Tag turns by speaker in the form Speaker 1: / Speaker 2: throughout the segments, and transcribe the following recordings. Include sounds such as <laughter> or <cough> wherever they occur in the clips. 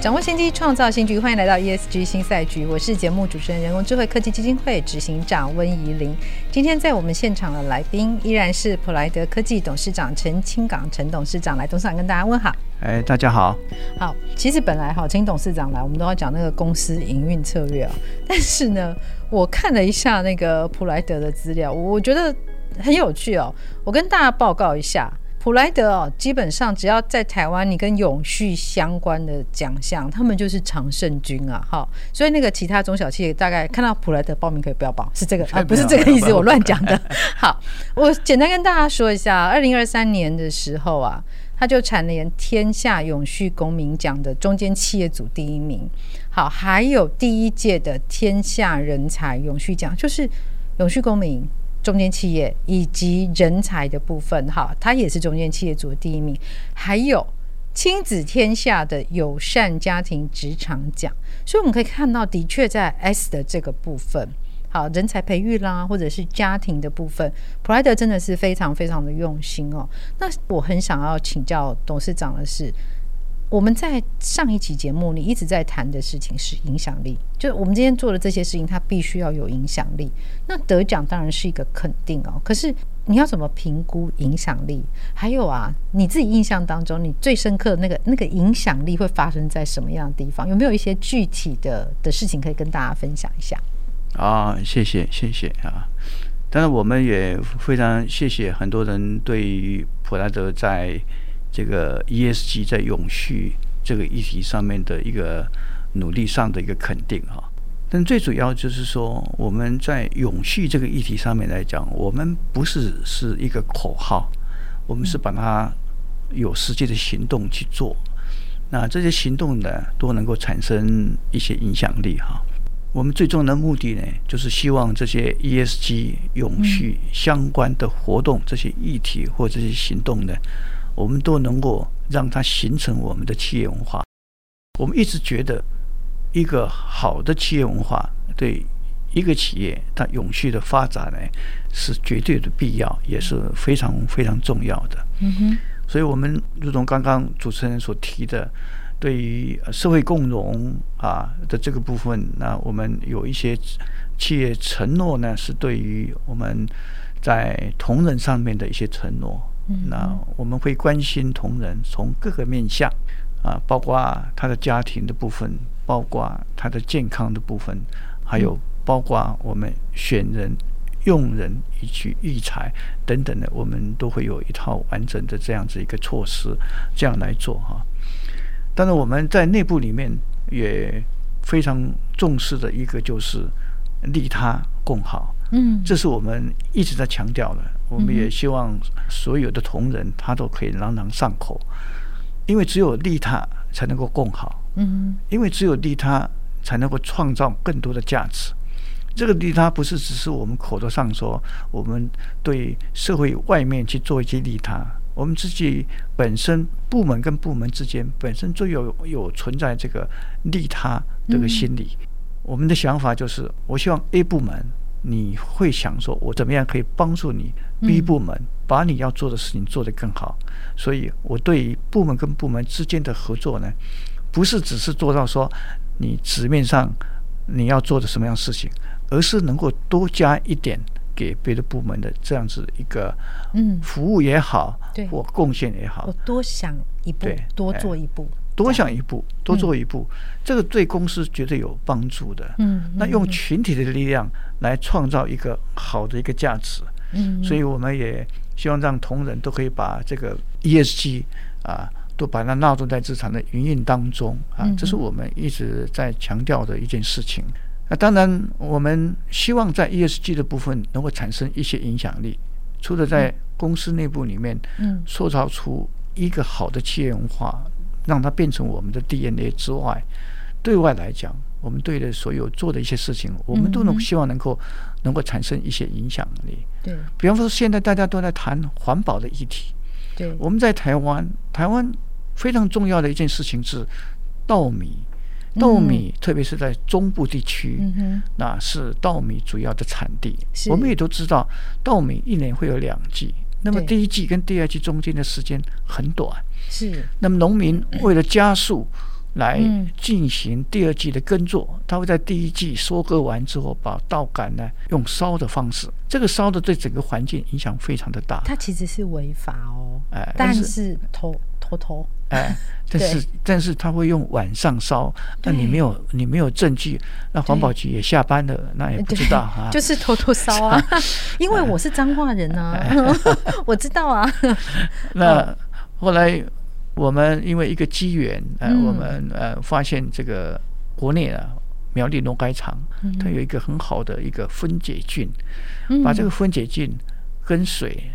Speaker 1: 掌握先机，创造新局。欢迎来到 ESG 新赛局，我是节目主持人、人工智慧科技基金会执行长温怡玲。今天在我们现场的来宾依然是普莱德科技董事长陈清港陈董事长，来董事长跟大家问好。
Speaker 2: 哎，大家好。
Speaker 1: 好，其实本来哈，请董事长来，我们都要讲那个公司营运策略啊。但是呢， <laughs> 我看了一下那个普莱德的资料，我觉得很有趣哦。我跟大家报告一下，普莱德哦，基本上只要在台湾，你跟永续相关的奖项，他们就是常胜军啊。哈，所以那个其他中小企业大概看到普莱德报名可以不要报，是这个啊，不是这个意思，我乱讲的。 <laughs> 好，我简单跟大家说一下，二零二三年的时候啊。他就蝉联天下永续公民奖的中间企业组第一名，好，还有第一届的天下人才永续奖，就是永续公民、中间企业以及人才的部分，哈，他也是中间企业组的第一名，还有亲子天下的友善家庭职场奖，所以我们可以看到，的确在 S 的这个部分。好，人才培育啦，或者是家庭的部分，普莱德真的是非常非常的用心哦。那我很想要请教董事长的是，我们在上一期节目你一直在谈的事情是影响力，就是我们今天做的这些事情，它必须要有影响力。那得奖当然是一个肯定哦，可是你要怎么评估影响力？还有啊，你自己印象当中，你最深刻的那个那个影响力会发生在什么样的地方？有没有一些具体的的事情可以跟大家分享一下？
Speaker 2: 啊、哦，谢谢谢谢啊！当然，我们也非常谢谢很多人对于普拉德在这个 ESG 在永续这个议题上面的一个努力上的一个肯定哈、啊。但最主要就是说，我们在永续这个议题上面来讲，我们不是是一个口号，我们是把它有实际的行动去做。那这些行动呢，都能够产生一些影响力哈、啊。我们最终的目的呢，就是希望这些 ESG 永续相关的活动、嗯、这些议题或这些行动呢，我们都能够让它形成我们的企业文化。我们一直觉得，一个好的企业文化对一个企业它永续的发展呢，是绝对的必要，也是非常非常重要的。
Speaker 1: 嗯哼，
Speaker 2: 所以我们如同刚刚主持人所提的。对于社会共荣啊的这个部分，那我们有一些企业承诺呢，是对于我们在同仁上面的一些承诺。嗯、那我们会关心同仁从各个面向啊，包括他的家庭的部分，包括他的健康的部分，还有包括我们选人、用人以及育才等等的，我们都会有一套完整的这样子一个措施，这样来做哈。但是我们在内部里面也非常重视的一个就是利他共好，
Speaker 1: 嗯，
Speaker 2: 这是我们一直在强调的。我们也希望所有的同仁他都可以朗朗上口，因为只有利他才能够共好，
Speaker 1: 嗯，
Speaker 2: 因为只有利他才能够创造更多的价值。这个利他不是只是我们口头上说，我们对社会外面去做一些利他。我们自己本身部门跟部门之间本身就有有存在这个利他这个心理。嗯、我们的想法就是，我希望 A 部门你会想说，我怎么样可以帮助你
Speaker 1: 嗯
Speaker 2: B 部门把你要做的事情做得更好。嗯、所以，我对于部门跟部门之间的合作呢，不是只是做到说你纸面上你要做的什么样事情，而是能够多加一点。给别的部门的这样子一个，
Speaker 1: 嗯，
Speaker 2: 服务也好，
Speaker 1: 对，
Speaker 2: 或贡献也好，哎
Speaker 1: 我多想一步，多做一步，
Speaker 2: 多想一步，
Speaker 1: 嗯
Speaker 2: 多做一步，这个对公司绝对有帮助的。
Speaker 1: 嗯，
Speaker 2: 那用群体的力量来创造一个好的一个价值。
Speaker 1: 嗯，
Speaker 2: 所以我们也希望让同仁都可以把这个 ESG 啊，都把它纳入在日常的营运当中啊，
Speaker 1: 嗯
Speaker 2: 这是我们一直在强调的一件事情。那当然，我们希望在 ESG 的部分能够产生一些影响力，除了在公司内部里面，
Speaker 1: 嗯，
Speaker 2: 塑造出一个好的企业文化，让它变成我们的 DNA 之外，对外来讲，我们对的所有做的一些事情，我们都能希望能够能够产生一些影响力。
Speaker 1: 对
Speaker 2: 比方说，现在大家都在谈环保的议题，
Speaker 1: 对
Speaker 2: 我们在台湾，台湾非常重要的一件事情是稻米，稻米、特别是在中部地区，
Speaker 1: 嗯哼
Speaker 2: 那是稻米主要的产地
Speaker 1: 是。
Speaker 2: 我们也都知道，稻米一年会有两季，那么
Speaker 1: 对
Speaker 2: 第一季跟第二季中间的时间很短，
Speaker 1: 是
Speaker 2: 那么农民为了加速。来
Speaker 1: 嗯
Speaker 2: 进行第二季的耕作，他会在第一季收割完之后，把稻杆呢用烧的方式，这个烧的对整个环境影响非常的大。
Speaker 1: 它其实是违法哦，
Speaker 2: 哎
Speaker 1: 但
Speaker 2: 但是
Speaker 1: 是偷偷偷
Speaker 2: 哎，但是但是他会用晚上烧，那你没有你没有证据，那环保局也下班了，那也不知道啊。
Speaker 1: <laughs>
Speaker 2: 哎
Speaker 1: 就是偷偷烧
Speaker 2: <laughs>
Speaker 1: 啊，因为我是彰化人啊， <laughs> 我知道啊，
Speaker 2: 那后来我们因为一个机缘，呃，
Speaker 1: 嗯
Speaker 2: 我们呃发现这个国内啊苗栗农改场，
Speaker 1: 嗯
Speaker 2: 它有一个很好的一个分解菌， <laughs> 把这个分解菌跟水。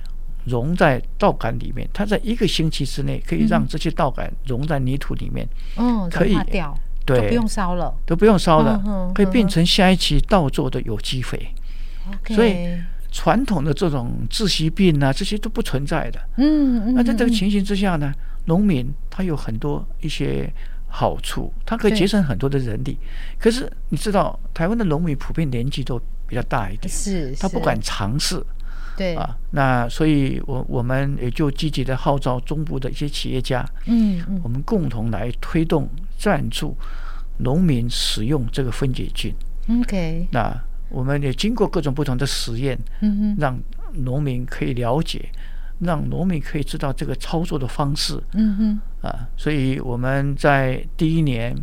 Speaker 2: 溶在稻杆里面，它在一个星期之内可以让这些稻杆溶在泥土里面，
Speaker 1: 嗯，
Speaker 2: 可以
Speaker 1: 化掉，就
Speaker 2: 对，
Speaker 1: 不用烧了。
Speaker 2: 都不用烧了，
Speaker 1: 嗯哼
Speaker 2: 可以变成下一期稻作的有机肥。
Speaker 1: OK
Speaker 2: 所以传统的这种窒息病啊，这些都不存在的。
Speaker 1: 嗯，
Speaker 2: 那在这个
Speaker 1: 嗯
Speaker 2: 情形之下呢，农民他有很多一些好处，他可以
Speaker 1: 对
Speaker 2: 节省很多的人力。可是你知道，台湾的农民普遍年纪都比较大一
Speaker 1: 嗯
Speaker 2: 点，
Speaker 1: 是
Speaker 2: 他不
Speaker 1: 是
Speaker 2: 敢尝试
Speaker 1: 对，
Speaker 2: 啊。那所以我，我们也就积极的号召中部的一些企业家，
Speaker 1: 嗯嗯，
Speaker 2: 我们共同来推动赞助农民使用这个分解菌。
Speaker 1: 嗯 OK，
Speaker 2: 那我们也经过各种不同的实验，
Speaker 1: 嗯
Speaker 2: 让农民可以了解，让农民可以知道这个操作的方式
Speaker 1: 哼，嗯哼，
Speaker 2: 啊。所以我们在第一年，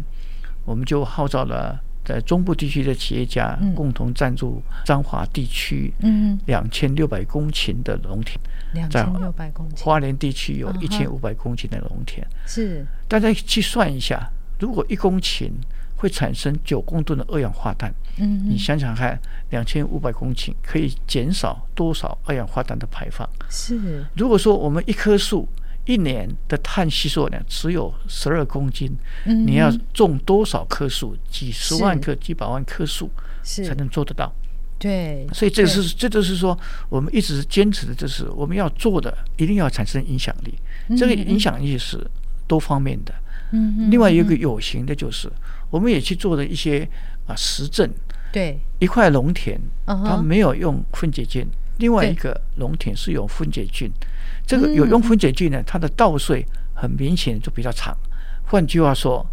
Speaker 2: 我们就号召了在中部地区的企业家
Speaker 1: 嗯
Speaker 2: 共同赞助彰化地区
Speaker 1: 嗯
Speaker 2: 两千六百公顷的农田，
Speaker 1: 哼，两
Speaker 2: 在
Speaker 1: 千六百公斤
Speaker 2: 花莲地区有
Speaker 1: 嗯哼
Speaker 2: 一千五百公顷的农田。
Speaker 1: 是
Speaker 2: 大家去算一下，如果一公顷会产生九公吨的二氧化碳。
Speaker 1: 嗯
Speaker 2: 你想想看，两千五百公顷可以减少多少二氧化碳的排放？
Speaker 1: 是
Speaker 2: 如果说我们一棵树一年的碳吸收量只有十二公斤，
Speaker 1: 嗯
Speaker 2: 你要种多少棵树？几十万
Speaker 1: 是
Speaker 2: 棵、几百万棵树才
Speaker 1: 是，
Speaker 2: 能做得到？
Speaker 1: 对，
Speaker 2: 所以这
Speaker 1: 对
Speaker 2: 是这就是说，我们一直坚持的就是我们要做的一定要产生影响力，这个影响力是多方面的。
Speaker 1: 嗯哼
Speaker 2: 另外一个有形的就是，我们也去做了一些啊实证，
Speaker 1: 对，
Speaker 2: 一块农田，
Speaker 1: 嗯
Speaker 2: 它
Speaker 1: 哼
Speaker 2: 没有用分解菌，另外
Speaker 1: 对嗯
Speaker 2: 一个农田是有分解菌。这个有用分解菌呢，它的稻穗很明显就比较长。换句话说，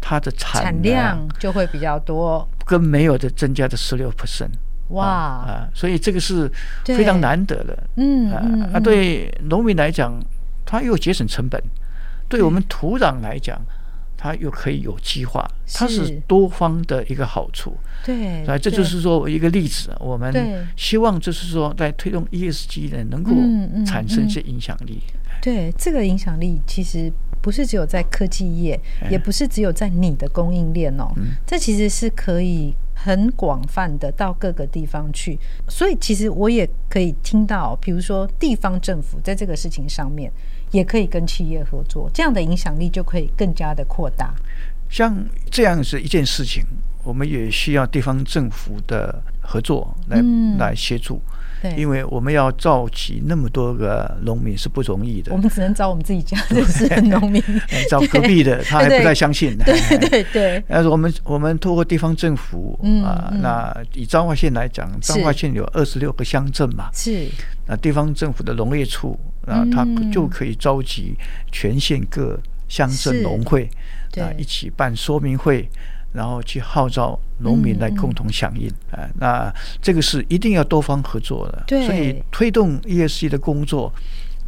Speaker 2: 它的产
Speaker 1: 产量就会比较多，
Speaker 2: 跟没有的增加的十六 percent
Speaker 1: 哇，
Speaker 2: 啊，所以这个是
Speaker 1: 对
Speaker 2: 非常难得的
Speaker 1: 嗯
Speaker 2: 啊
Speaker 1: 嗯
Speaker 2: 啊！
Speaker 1: 嗯
Speaker 2: 对农民来讲，它又节省成本；对我们土壤来讲，它又可以有机化，它
Speaker 1: 是
Speaker 2: 是多方的一个好处。
Speaker 1: 对，
Speaker 2: 啊，这
Speaker 1: 对
Speaker 2: 就是说一个例子。我们
Speaker 1: 对
Speaker 2: 希望就是说，在推动 ESG 呢，能够
Speaker 1: 嗯嗯
Speaker 2: 产生一些影响力。
Speaker 1: 对，这个影响力其实不是只有在科技业，
Speaker 2: 哎
Speaker 1: 也不是只有在你的供应链哦，
Speaker 2: 嗯
Speaker 1: 这其实是可以很广泛的到各个地方去。所以其实我也可以听到，比如说地方政府在这个事情上面也可以跟企业合作，这样的影响力就可以更加的扩大。
Speaker 2: 像这样是一件事情，我们也需要地方政府的合作来、
Speaker 1: 嗯
Speaker 2: 来协助，
Speaker 1: 对，
Speaker 2: 因为我们要召集那么多个农民是不容易的
Speaker 1: 我。们只能找我们自己家的
Speaker 2: <laughs>
Speaker 1: 是农民。
Speaker 2: 哎找隔壁的，他
Speaker 1: <laughs>
Speaker 2: 还
Speaker 1: 对
Speaker 2: 不太相信。
Speaker 1: <laughs>
Speaker 2: <laughs>
Speaker 1: 对对对，
Speaker 2: 但是我们我们透过地方政府
Speaker 1: 嗯
Speaker 2: 啊、
Speaker 1: 嗯
Speaker 2: 那以彰化县来讲，
Speaker 1: 是
Speaker 2: 彰化县有二十六个乡镇嘛，
Speaker 1: 是
Speaker 2: 那地方政府的农业处，啊，它
Speaker 1: 嗯
Speaker 2: 就可以召集全县各乡
Speaker 1: 是
Speaker 2: 镇农会，
Speaker 1: 对
Speaker 2: 啊，一起办说明会，然后去号召农民来
Speaker 1: 嗯嗯
Speaker 2: 共同响应。啊，那这个是一定要多方合作的，
Speaker 1: 对
Speaker 2: 所以推动 ESG 的工作，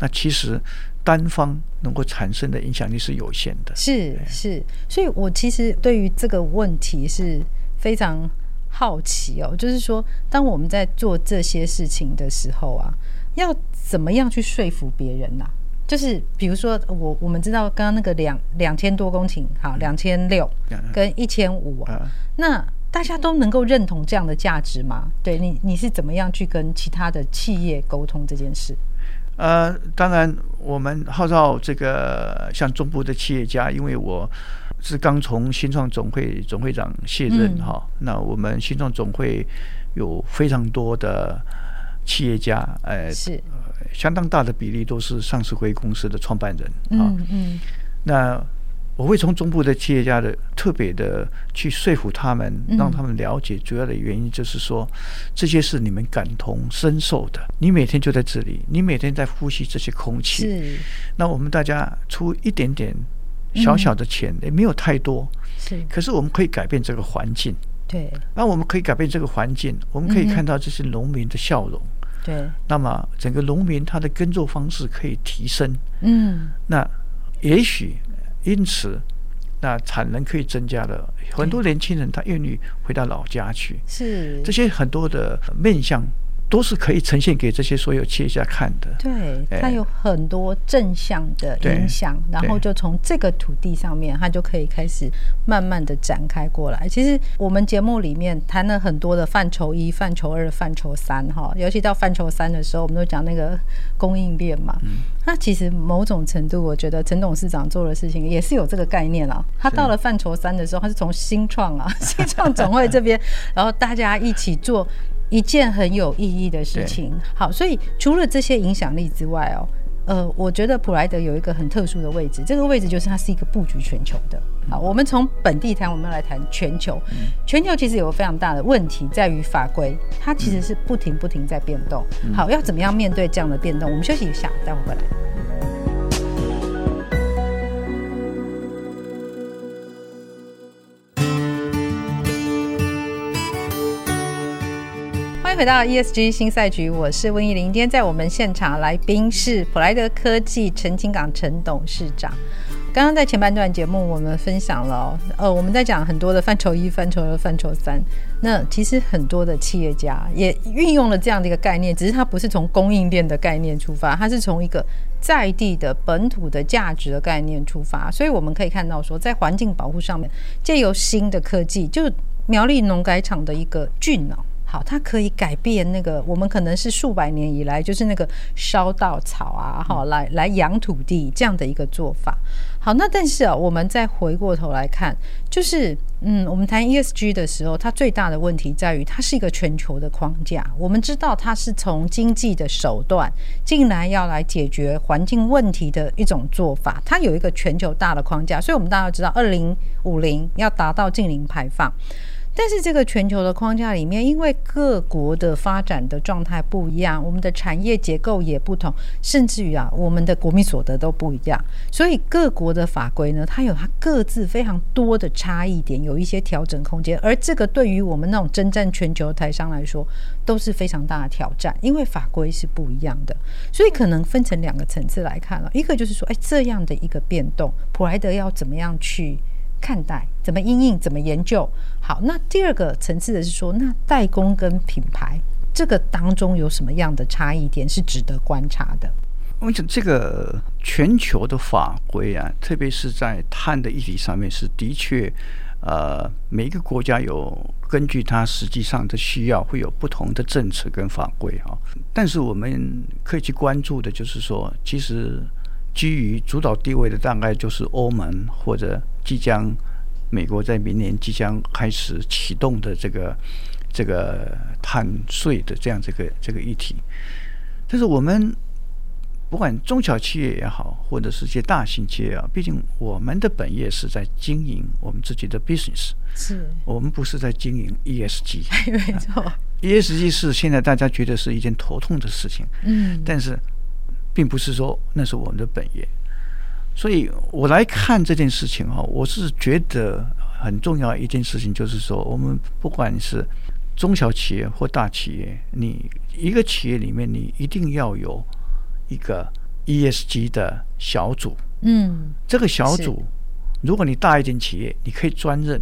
Speaker 2: 那其实单方能够产生的影响力是有限的。
Speaker 1: 是是，所以我其实对于这个问题是非常好奇哦，就是说，当我们在做这些事情的时候啊，要怎么样去说服别人呐、就是比如说我，我们知道刚刚那个两两千多公顷，好，两千六
Speaker 2: 嗯
Speaker 1: 跟一千五啊，
Speaker 2: 啊，
Speaker 1: 那大家都能够认同这样的价值吗？对你，你是怎么样去跟其他的企业沟通这件事？
Speaker 2: 呃，当然我们号召这个像中部的企业家，因为我是刚从新创总会总会长卸任
Speaker 1: 嗯
Speaker 2: 哈、那我们新创总会有非常多的企业家，呃，
Speaker 1: 是，
Speaker 2: 相当大的比例都是上市会公司的创办人啊、
Speaker 1: 嗯嗯，
Speaker 2: 那我会从中部的企业家的特别的去说服他们，
Speaker 1: 嗯
Speaker 2: 让他们了解主要的原因就是说，这些是你们感同身受的。你每天就在这里，你每天在呼吸这些空气。
Speaker 1: 是
Speaker 2: 那我们大家出一点点小小的钱，
Speaker 1: 嗯
Speaker 2: 也没有太多，
Speaker 1: 是，
Speaker 2: 可是我们可以改变这个环境。
Speaker 1: 对
Speaker 2: 那我们可以改变这个环境，我们可以
Speaker 1: 嗯哼
Speaker 2: 看到这些农民的笑容。
Speaker 1: 对，
Speaker 2: 那么整个农民他的耕作方式可以提升，
Speaker 1: 嗯，
Speaker 2: 那也许因此，那产能可以增加了，很多年轻人他愿意回到老家去，
Speaker 1: 是
Speaker 2: 这，些很多的面向都是可以呈现给这些所有企业家看的。
Speaker 1: 对，
Speaker 2: 哎
Speaker 1: 它有很多正向的影响，
Speaker 2: 对
Speaker 1: 然后就从这个土地上面，它就可以开始慢慢的展开过来。其实我们节目里面谈了很多的范畴一、范畴二、范畴三哈，尤其到范畴三的时候，我们都讲那个供应链嘛。
Speaker 2: 嗯
Speaker 1: 那其实某种程度，我觉得陈董事长做的事情也是有这个概念啊。他到了范畴三的时候，他是从新创啊、新创总会这边，然后大家一起做一件很有意义的事
Speaker 2: 对
Speaker 1: 情。好，所以除了这些影响力之外哦，呃，我觉得普莱德有一个很特殊的位置，这个位置就是它是一个布局全球的。好，我们从本地谈，我们来谈全球。全球其实有个非常大的问题在于法规，它其实是不停不停在变动。好，要怎么样面对这样的变动？我们休息一下，待会回来。欢迎回到 ESG 新赛局，我是温怡玲。今天在我们现场来宾是普莱德科技陈清港陈董事长。刚刚在前半段节目，我们分享了哦、呃，我们在讲很多的范畴一、范畴二、范畴三。那其实很多的企业家也运用了这样的一个概念，只是它不是从供应链的概念出发，它是从一个在地的本土的价值的概念出发。所以我们可以看到说，在环境保护上面，借由新的科技，就苗栗农改场的一个菌哦，好，它可以改变那个我们可能是数百年以来就是那个烧稻草啊，好来来养土地这样的一个做法。好，那但是啊，我们再回过头来看，就是嗯，我们谈 ESG 的时候，它最大的问题在于它是一个全球的框架。我们知道它是从经济的手段进来要来解决环境问题的一种做法，它有一个全球大的框架，所以我们大家都知道，二零五零要达到净零排放。但是这个全球的框架里面，因为各国的发展的状态不一样，我们的产业结构也不同，甚至于啊，我们的国民所得都不一样，所以各国的法规呢，它有它各自非常多的差异点，有一些调整空间。而这个对于我们那种征战全球的台商来说，都是非常大的挑战，因为法规是不一样的。所以可能分成两个层次来看了、一个就是说，哎，这样的一个变动，普莱德要怎么样去看待，怎么应应，怎么研究。好，那第二个层次的是说，那代工跟品牌这个当中有什么样的差异点是值得观察的？
Speaker 2: 我想这个全球的法规啊，特别是在碳的议题上面，是的确，呃，每一个国家有根据它实际上的需要，会有不同的政策跟法规哈、但是我们可以去关注的，就是说，其实基于主导地位的大概就是欧盟或者即将美国在明年即将开始启动的这个这个碳税的这样这个这个议题。但是我们不管中小企业也好，或者是一些大型企业啊，毕竟我们的本业是在经营我们自己的 business，
Speaker 1: <laughs> 是，
Speaker 2: 我们不是在经营 E ESG。
Speaker 1: 没错，
Speaker 2: ESG E 是现在大家觉得是一件头痛的事情，
Speaker 1: 嗯，
Speaker 2: 但是并不是说那是我们的本业。所以我来看这件事情哈、我是觉得很重要一件事情，就是说我们不管是中小企业或大企业，你一个企业里面你一定要有一个 ESG 的小组，
Speaker 1: 嗯，
Speaker 2: 这个小
Speaker 1: 是
Speaker 2: 组，如果你大一点企业，你可以专任；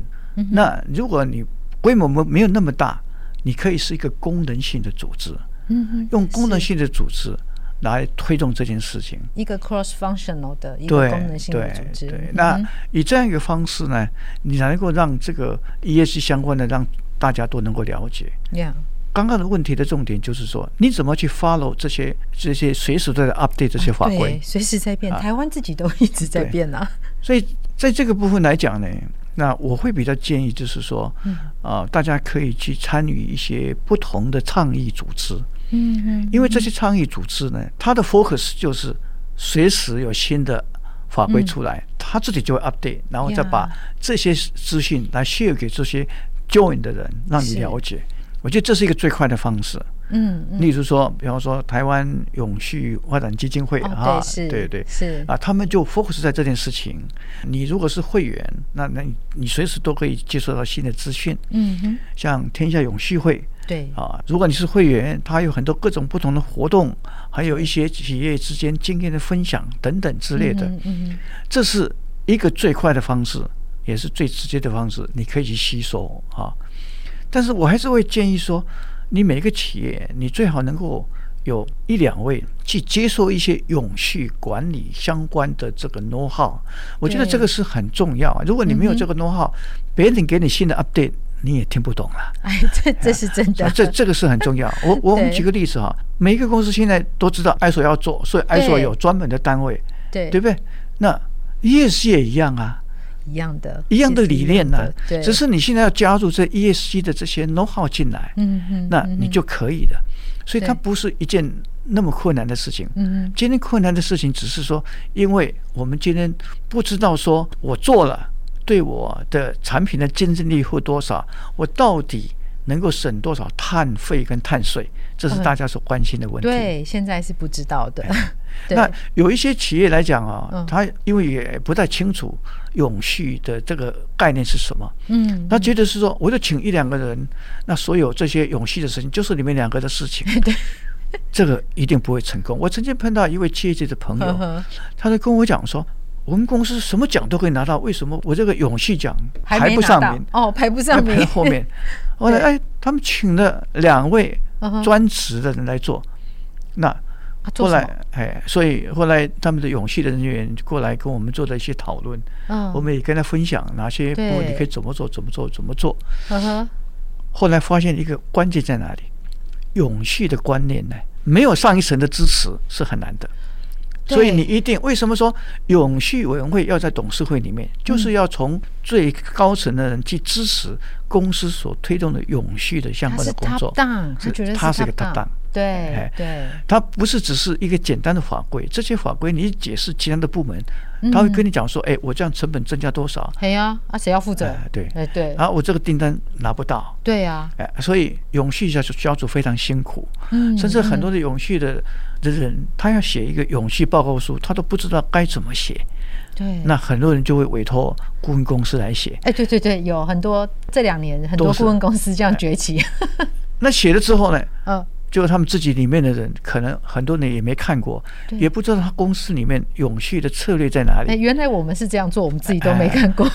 Speaker 2: 那如果你规模没没有那么大，你可以是一个功能性的组织，
Speaker 1: 嗯哼
Speaker 2: 用功能性的组织来推动这件事情。
Speaker 1: 一个 cross functional 的一个
Speaker 2: 对
Speaker 1: 功能性的
Speaker 2: 对
Speaker 1: 组织，
Speaker 2: 对
Speaker 1: 嗯，
Speaker 2: 那
Speaker 1: 哼
Speaker 2: 以这样一个方式 E 呢，你才能够让这个 ESG 相关的让大家都能够了解。
Speaker 1: yeah，
Speaker 2: 刚刚的问题的重点就是说，你怎么去 follow 这些这些随时都在 update 这些法规？
Speaker 1: 对，随时在变，
Speaker 2: 啊
Speaker 1: 台湾自己都一直在
Speaker 2: 对
Speaker 1: 变啊。
Speaker 2: 所以在这个部分来讲呢，那我会比较建议就是说，
Speaker 1: 嗯
Speaker 2: 啊、大家可以去参与一些不同的倡议组织，
Speaker 1: 嗯嗯，
Speaker 2: 因为这些倡议组织呢，它的 focus 就是随时有新的法规出
Speaker 1: 嗯
Speaker 2: 来，它自己就会 update，然后再
Speaker 1: Yeah
Speaker 2: 把这些资讯来 share 给这些 join 的人，让你
Speaker 1: 是
Speaker 2: 了解。我觉得这是一个最快的方式。
Speaker 1: 嗯嗯，
Speaker 2: 例如说，比方说台湾永续发展基金会、
Speaker 1: 哦
Speaker 2: 啊，
Speaker 1: 对是
Speaker 2: 对对
Speaker 1: 是
Speaker 2: 啊，他们就 focus 在这件事情。你如果是会员，那那你你随时都可以接收到新的资讯。
Speaker 1: 嗯哼，
Speaker 2: 像天下永续会
Speaker 1: 对，
Speaker 2: 啊，如果你是会员，它有很多各种不同的活动，还有一些企业之间经验的分享等等之类的。
Speaker 1: 嗯嗯嗯
Speaker 2: 这是一个最快的方式，也是最直接的方式，你可以去吸收啊。但是我还是会建议说，你每个企业，你最好能够有一两位去接受一些永续管理相关的这个 know how，我觉得
Speaker 1: 对嗯
Speaker 2: 这个是很重要啊。如果你没有这个 know how，、别人给你新的 update，你也听不懂了。
Speaker 1: 哎， <laughs> 这这是真的
Speaker 2: <laughs> 啊，这这个是很重
Speaker 1: <laughs>
Speaker 2: 要。我我
Speaker 1: 对
Speaker 2: 们举个例子哈，每一个公司现在都知道 ISO 要做，所以 ISO
Speaker 1: 对
Speaker 2: 有专门的单位，
Speaker 1: 对
Speaker 2: 对不对？那 ESG 也一样啊，
Speaker 1: 一样的
Speaker 2: 一样的
Speaker 1: 其实
Speaker 2: 理念
Speaker 1: 一
Speaker 2: 呐、
Speaker 1: 样的对，
Speaker 2: 只是你现在要加入这 ESG 的这些 know how 进来，
Speaker 1: 嗯嗯，
Speaker 2: 那你就可以的。所以它
Speaker 1: 对
Speaker 2: 不是一件那么困难的事情。
Speaker 1: 嗯
Speaker 2: 今天困难的事情只是说，因为我们今天不知道说我做了对我的产品的竞争力会多少，我到底能够省多少碳费跟碳税，这是
Speaker 1: 嗯
Speaker 2: 大家所关心的问题。哎
Speaker 1: 对，现在是不知道的， <laughs> 对
Speaker 2: 那有一些企业来讲啊、
Speaker 1: 嗯
Speaker 2: 他因为也不太清楚永续的这个概念是什么，
Speaker 1: 嗯，
Speaker 2: 他觉得是说，我就请一两个人，那所有这些永续的事情就是你们两个的事
Speaker 1: <laughs>
Speaker 2: 情。对，这个一定不会成功。我曾经碰到一位企业界的朋
Speaker 1: 呵
Speaker 2: 友，
Speaker 1: 呵，
Speaker 2: 他就跟我讲说，我们公司什么奖都可以拿到，为什么我这个永续奖
Speaker 1: 没
Speaker 2: 不
Speaker 1: 拿
Speaker 2: 上
Speaker 1: 到
Speaker 2: 名？
Speaker 1: 哦，排不
Speaker 2: 还
Speaker 1: 上
Speaker 2: 排
Speaker 1: 名
Speaker 2: <laughs> 在，后
Speaker 1: <laughs>
Speaker 2: 面。后来，
Speaker 1: 对
Speaker 2: 哎，他们请了两位
Speaker 1: 嗯哼
Speaker 2: 专职的人来做，那
Speaker 1: 啊做
Speaker 2: 后
Speaker 1: 什么
Speaker 2: 来，哎，所以后来他们的永续的人员就过来跟我们做了一些讨论，
Speaker 1: 嗯，
Speaker 2: 我们也跟他分享哪些部
Speaker 1: 对
Speaker 2: 你可以怎么做，怎么做，怎么做。
Speaker 1: 呵呵，
Speaker 2: 后来发现一个关键在哪里？永续的观念呢，没有上一层的支持是很难的。
Speaker 1: 对
Speaker 2: 所以你一定为什么说永续委员会要在董事会里
Speaker 1: 嗯
Speaker 2: 面，就是要从最高层的人去支持公司所推动的永续的相
Speaker 1: 他
Speaker 2: 关的
Speaker 1: 是
Speaker 2: 工
Speaker 1: top
Speaker 2: 作。
Speaker 1: down，他
Speaker 2: 是
Speaker 1: 觉得
Speaker 2: 他是
Speaker 1: top
Speaker 2: 一个 top down
Speaker 1: down，对
Speaker 2: 哎
Speaker 1: 对，
Speaker 2: 它不是只是一个简单的法规，这些法规你一解释其他的部门，
Speaker 1: 嗯
Speaker 2: 他会跟你讲说，哎，我这样成本增加多少？
Speaker 1: 哎呀，啊谁要负责
Speaker 2: 哎？对
Speaker 1: 哎对，
Speaker 2: 啊，我这个订单拿不到，
Speaker 1: 对呀，
Speaker 2: 哎，所以永续小组小组非常辛苦，
Speaker 1: 嗯
Speaker 2: 甚至很多的永续的的人，他要写一个永续报告书，他都不知道该怎么写。
Speaker 1: 对，
Speaker 2: 那很多人就会委托顾问公司来写。
Speaker 1: 哎对对对，有很多这两年很
Speaker 2: 都
Speaker 1: 多
Speaker 2: 是哎
Speaker 1: 顾问公司这样崛起， <laughs>
Speaker 2: 那写了之后呢，
Speaker 1: 嗯，
Speaker 2: 就他们自己里面的人，可能很多人也没看过，
Speaker 1: 对
Speaker 2: 也不知道他公司里面永续的策略在哪
Speaker 1: 哎
Speaker 2: 里。
Speaker 1: 原来我们是这样做，我们自己都没看过，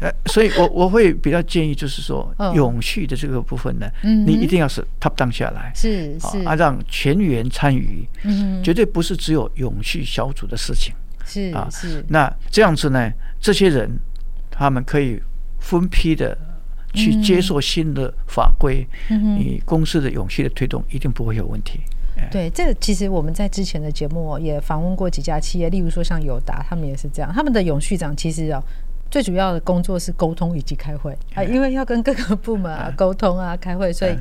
Speaker 2: 呃，所以我我会比较建议，就是说
Speaker 1: 嗯
Speaker 2: 永续的这个部分呢，
Speaker 1: 嗯哼
Speaker 2: 你一定要是 top down 下来。
Speaker 1: <laughs> 是
Speaker 2: 啊
Speaker 1: 是
Speaker 2: 啊，让全员参与，
Speaker 1: 嗯
Speaker 2: 绝对不是只有永续小组的事情。
Speaker 1: 是
Speaker 2: 啊
Speaker 1: 是，
Speaker 2: 那这样子呢，这些人他们可以分批的去接受新的法规，你公司的永续的推动一定不会有问题。
Speaker 1: 对，这个其实我们在之前的节目、哦、也访问过几家企业，例如说像友达，他们也是这样，他们的永续长其实哦。最主要的工作是沟通以及开会啊、因为要跟各个部门啊沟通啊开会，所以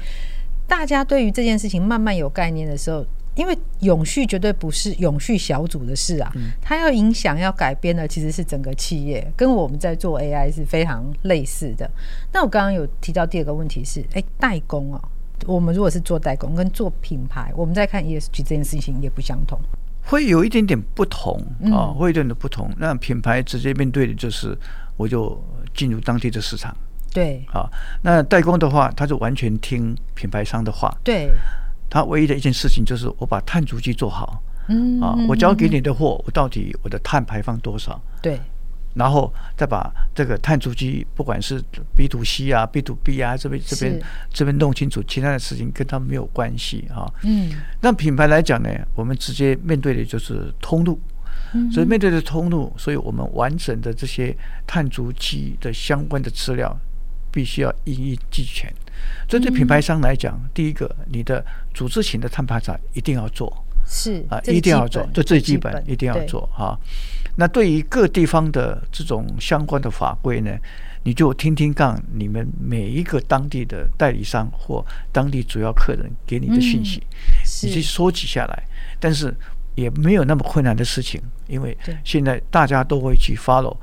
Speaker 1: 大家对于这件事情慢慢有概念的时候，因为永续绝对不是永续小组的事啊，
Speaker 2: 嗯
Speaker 1: 它要影响要改变的其实是整个企业，跟我们在做 AI 是非常类似的。那我刚刚有提到第二个问题是，哎，代工哦，我们如果是做代工跟做品牌，我们在看 ESG 这件事情也不相同。
Speaker 2: 会有一点点不同啊，会有一点点不同。那品牌直接面对的就是，我就进入当地的市场
Speaker 1: 对
Speaker 2: 啊。那代工的话，他就完全听品牌商的话，
Speaker 1: 对，
Speaker 2: 他唯一的一件事情就是我把碳足迹做好
Speaker 1: 嗯
Speaker 2: 啊，我交给你的货，我到底我的碳排放多少？
Speaker 1: 对
Speaker 2: 然后再把这个碳足迹，不管是 B to C 啊、B to B 啊，这边这边
Speaker 1: 是
Speaker 2: 这边弄清楚，其他的事情跟他们没有关系啊。
Speaker 1: 嗯，
Speaker 2: 那品牌来讲呢，我们直接面对的就是通路，所以面对的通路，所以我们完整的这些碳足迹的相关的资料，必须要一一俱全。这对品牌商来讲，第一个，你的组织型的碳排查一定要做
Speaker 1: 是
Speaker 2: 啊，
Speaker 1: 这是
Speaker 2: 一定要
Speaker 1: 基
Speaker 2: 做，
Speaker 1: 本
Speaker 2: 这最基本
Speaker 1: 本
Speaker 2: 一定要
Speaker 1: 对
Speaker 2: 做哈、那对于各地方的这种相关的法规呢，你就听听看你们每一个当地的代理商或当地主要客人给你的讯息，你去
Speaker 1: 嗯是
Speaker 2: 收集下来。但是也没有那么困难的事情，因为
Speaker 1: 对
Speaker 2: 现在大家都会去 follow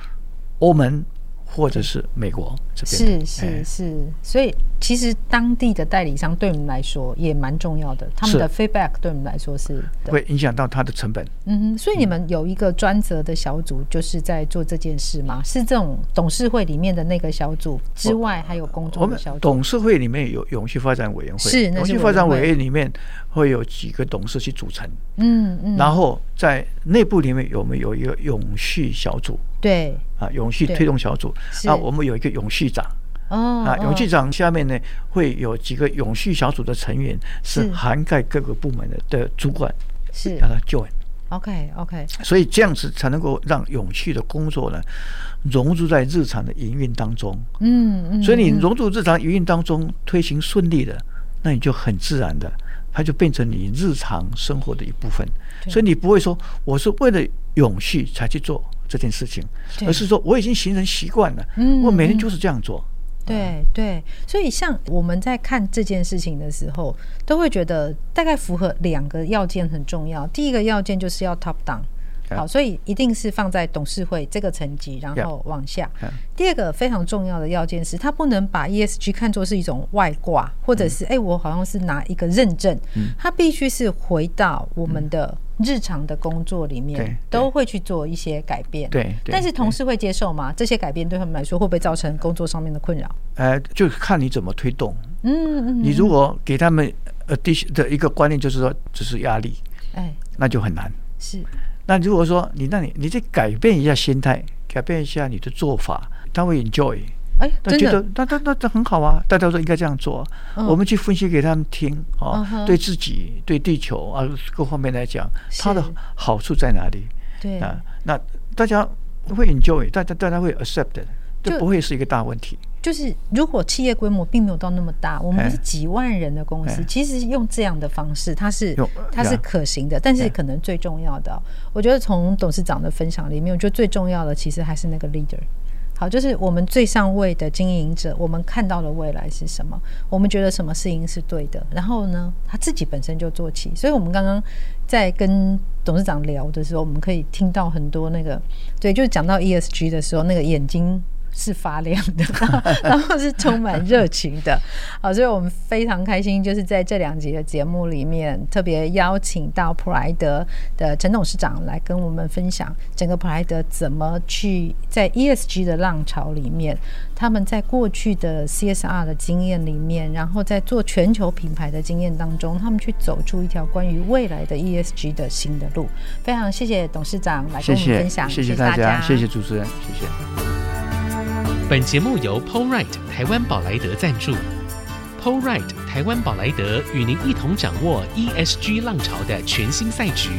Speaker 2: 欧盟或者是美国这边
Speaker 1: 是
Speaker 2: 的。
Speaker 1: 是
Speaker 2: 哎
Speaker 1: 是，所以其实当地的代理商对我们来说也蛮重要的，他们
Speaker 2: 是
Speaker 1: 的 feedback 对我们来说是的
Speaker 2: 会影响到它的成本。
Speaker 1: 嗯哼，所以你们有一个专责的小组，就是在做这件事吗？是这种董事会里面的那个小组之外，还有工
Speaker 2: 我
Speaker 1: 作的
Speaker 2: 们
Speaker 1: 小组？
Speaker 2: 董事会里面有永续发展委员会，
Speaker 1: 是那
Speaker 2: 永
Speaker 1: 是
Speaker 2: 续发展
Speaker 1: 委
Speaker 2: 委
Speaker 1: 员会
Speaker 2: 员里面会有几个董事去组成，
Speaker 1: 嗯嗯，
Speaker 2: 然后在内部里面我们有一个永续小组
Speaker 1: 对，
Speaker 2: 啊，永续
Speaker 1: 对
Speaker 2: 推动小组
Speaker 1: 是
Speaker 2: 啊，我们有一个永续长。
Speaker 1: 哦，
Speaker 2: 啊，永续
Speaker 1: 哦
Speaker 2: 长下面呢会有几个永续小组的成员，是
Speaker 1: 是
Speaker 2: 涵盖各个部门的的主管，
Speaker 1: 是
Speaker 2: 让他 join，
Speaker 1: OK OK，
Speaker 2: 所以这样子才能够让永续的工作呢融入在日常的营运当中。
Speaker 1: 嗯嗯，
Speaker 2: 所以你
Speaker 1: 嗯
Speaker 2: 融入日常营运当中推行顺利的，那你就很自然的，它就变成你日常生活的一部分。
Speaker 1: 对
Speaker 2: 所以你不会说我是为了永续才去做这件事情，
Speaker 1: 对
Speaker 2: 而是说我已经形成习惯了，
Speaker 1: 嗯
Speaker 2: 我每天
Speaker 1: 嗯
Speaker 2: 就是这样做。
Speaker 1: 对
Speaker 2: 嗯
Speaker 1: 对，所以像我们在看这件事情的时候，都会觉得大概符合两个要件很重要。第一个要件就是要 top down，
Speaker 2: Yeah.
Speaker 1: 好，所以一定是放在董事会这个层级，然
Speaker 2: Yeah.
Speaker 1: 后往下
Speaker 2: Yeah.。
Speaker 1: 第二个非常重要的要件是，它不能把 ESG 看作是一种外挂，或者
Speaker 2: 嗯
Speaker 1: 是哎、诶我好像是拿一个认证，它必须是回到我们的日常的工作里
Speaker 2: 嗯对对
Speaker 1: 面，都会去做一些改变。
Speaker 2: 对对
Speaker 1: 但是同
Speaker 2: 对
Speaker 1: 事会接受吗？这些改变对他们来说会不会造成工作上面的困扰？
Speaker 2: 呃，就看你怎么推动。
Speaker 1: 嗯，嗯，
Speaker 2: 你如果给他们呃第的一个观念，就是说只是压力，
Speaker 1: 哎，
Speaker 2: 那就很难。
Speaker 1: 是
Speaker 2: 那如果说你那你你再改变一下心态，改变一下你的做法，他会 enjoy，
Speaker 1: 哎，
Speaker 2: 他
Speaker 1: 真
Speaker 2: 觉
Speaker 1: 的
Speaker 2: 得那那那这很好啊，大家都应该这样做啊。
Speaker 1: 嗯
Speaker 2: 我们去分析给他们听哦
Speaker 1: 嗯哼
Speaker 2: 对自己、对地球啊各方面来讲，
Speaker 1: 是
Speaker 2: 它的好处在哪里
Speaker 1: 对，
Speaker 2: 啊？那大家会 enjoy，大家大家会 accept 的，这
Speaker 1: 就
Speaker 2: 不会是一个大问题。
Speaker 1: 就是如果企业规模并没有到那么大，我们
Speaker 2: 哎
Speaker 1: 不是几万人的公司
Speaker 2: 哎，
Speaker 1: 其实用这样的方式，它是
Speaker 2: 用
Speaker 1: 它是
Speaker 2: 呀
Speaker 1: 可行的，但是可能最重要的哦，我觉得从董事长的分享里面，我觉得最重要的其实还是那个 leader。好，就是我们最上位的经营者，我们看到的未来是什么？我们觉得什么事情是对的？然后呢，他自己本身就做起。所以我们刚刚在跟董事长聊的时候，我们可以听到很多那个，对，就是讲到 ESG 的时候，那个眼睛是发亮的， <laughs> 然后然后是充满热情的。好，所以我们非常开心，就是在这两集的节目里面，特别邀请到普莱德的陈董事长来跟我们分享整个普莱德怎么去在 ESG 的浪潮里面，他们在过去的 CSR 的经验里面，然后在做全球品牌的经验当中，他们去走出一条关于未来的 ESG 的新的路。非常谢谢董事长来
Speaker 2: 谢
Speaker 1: 跟我们
Speaker 2: 谢
Speaker 1: 分，享，
Speaker 2: 谢
Speaker 1: 谢
Speaker 2: 大
Speaker 1: 家，
Speaker 2: 谢谢主持人，谢谢。
Speaker 3: 本节目由 POLRIGHT 台湾宝莱德赞助。POLRIGHT 台湾宝莱德与您一同掌握 ESG 浪潮的全新赛局，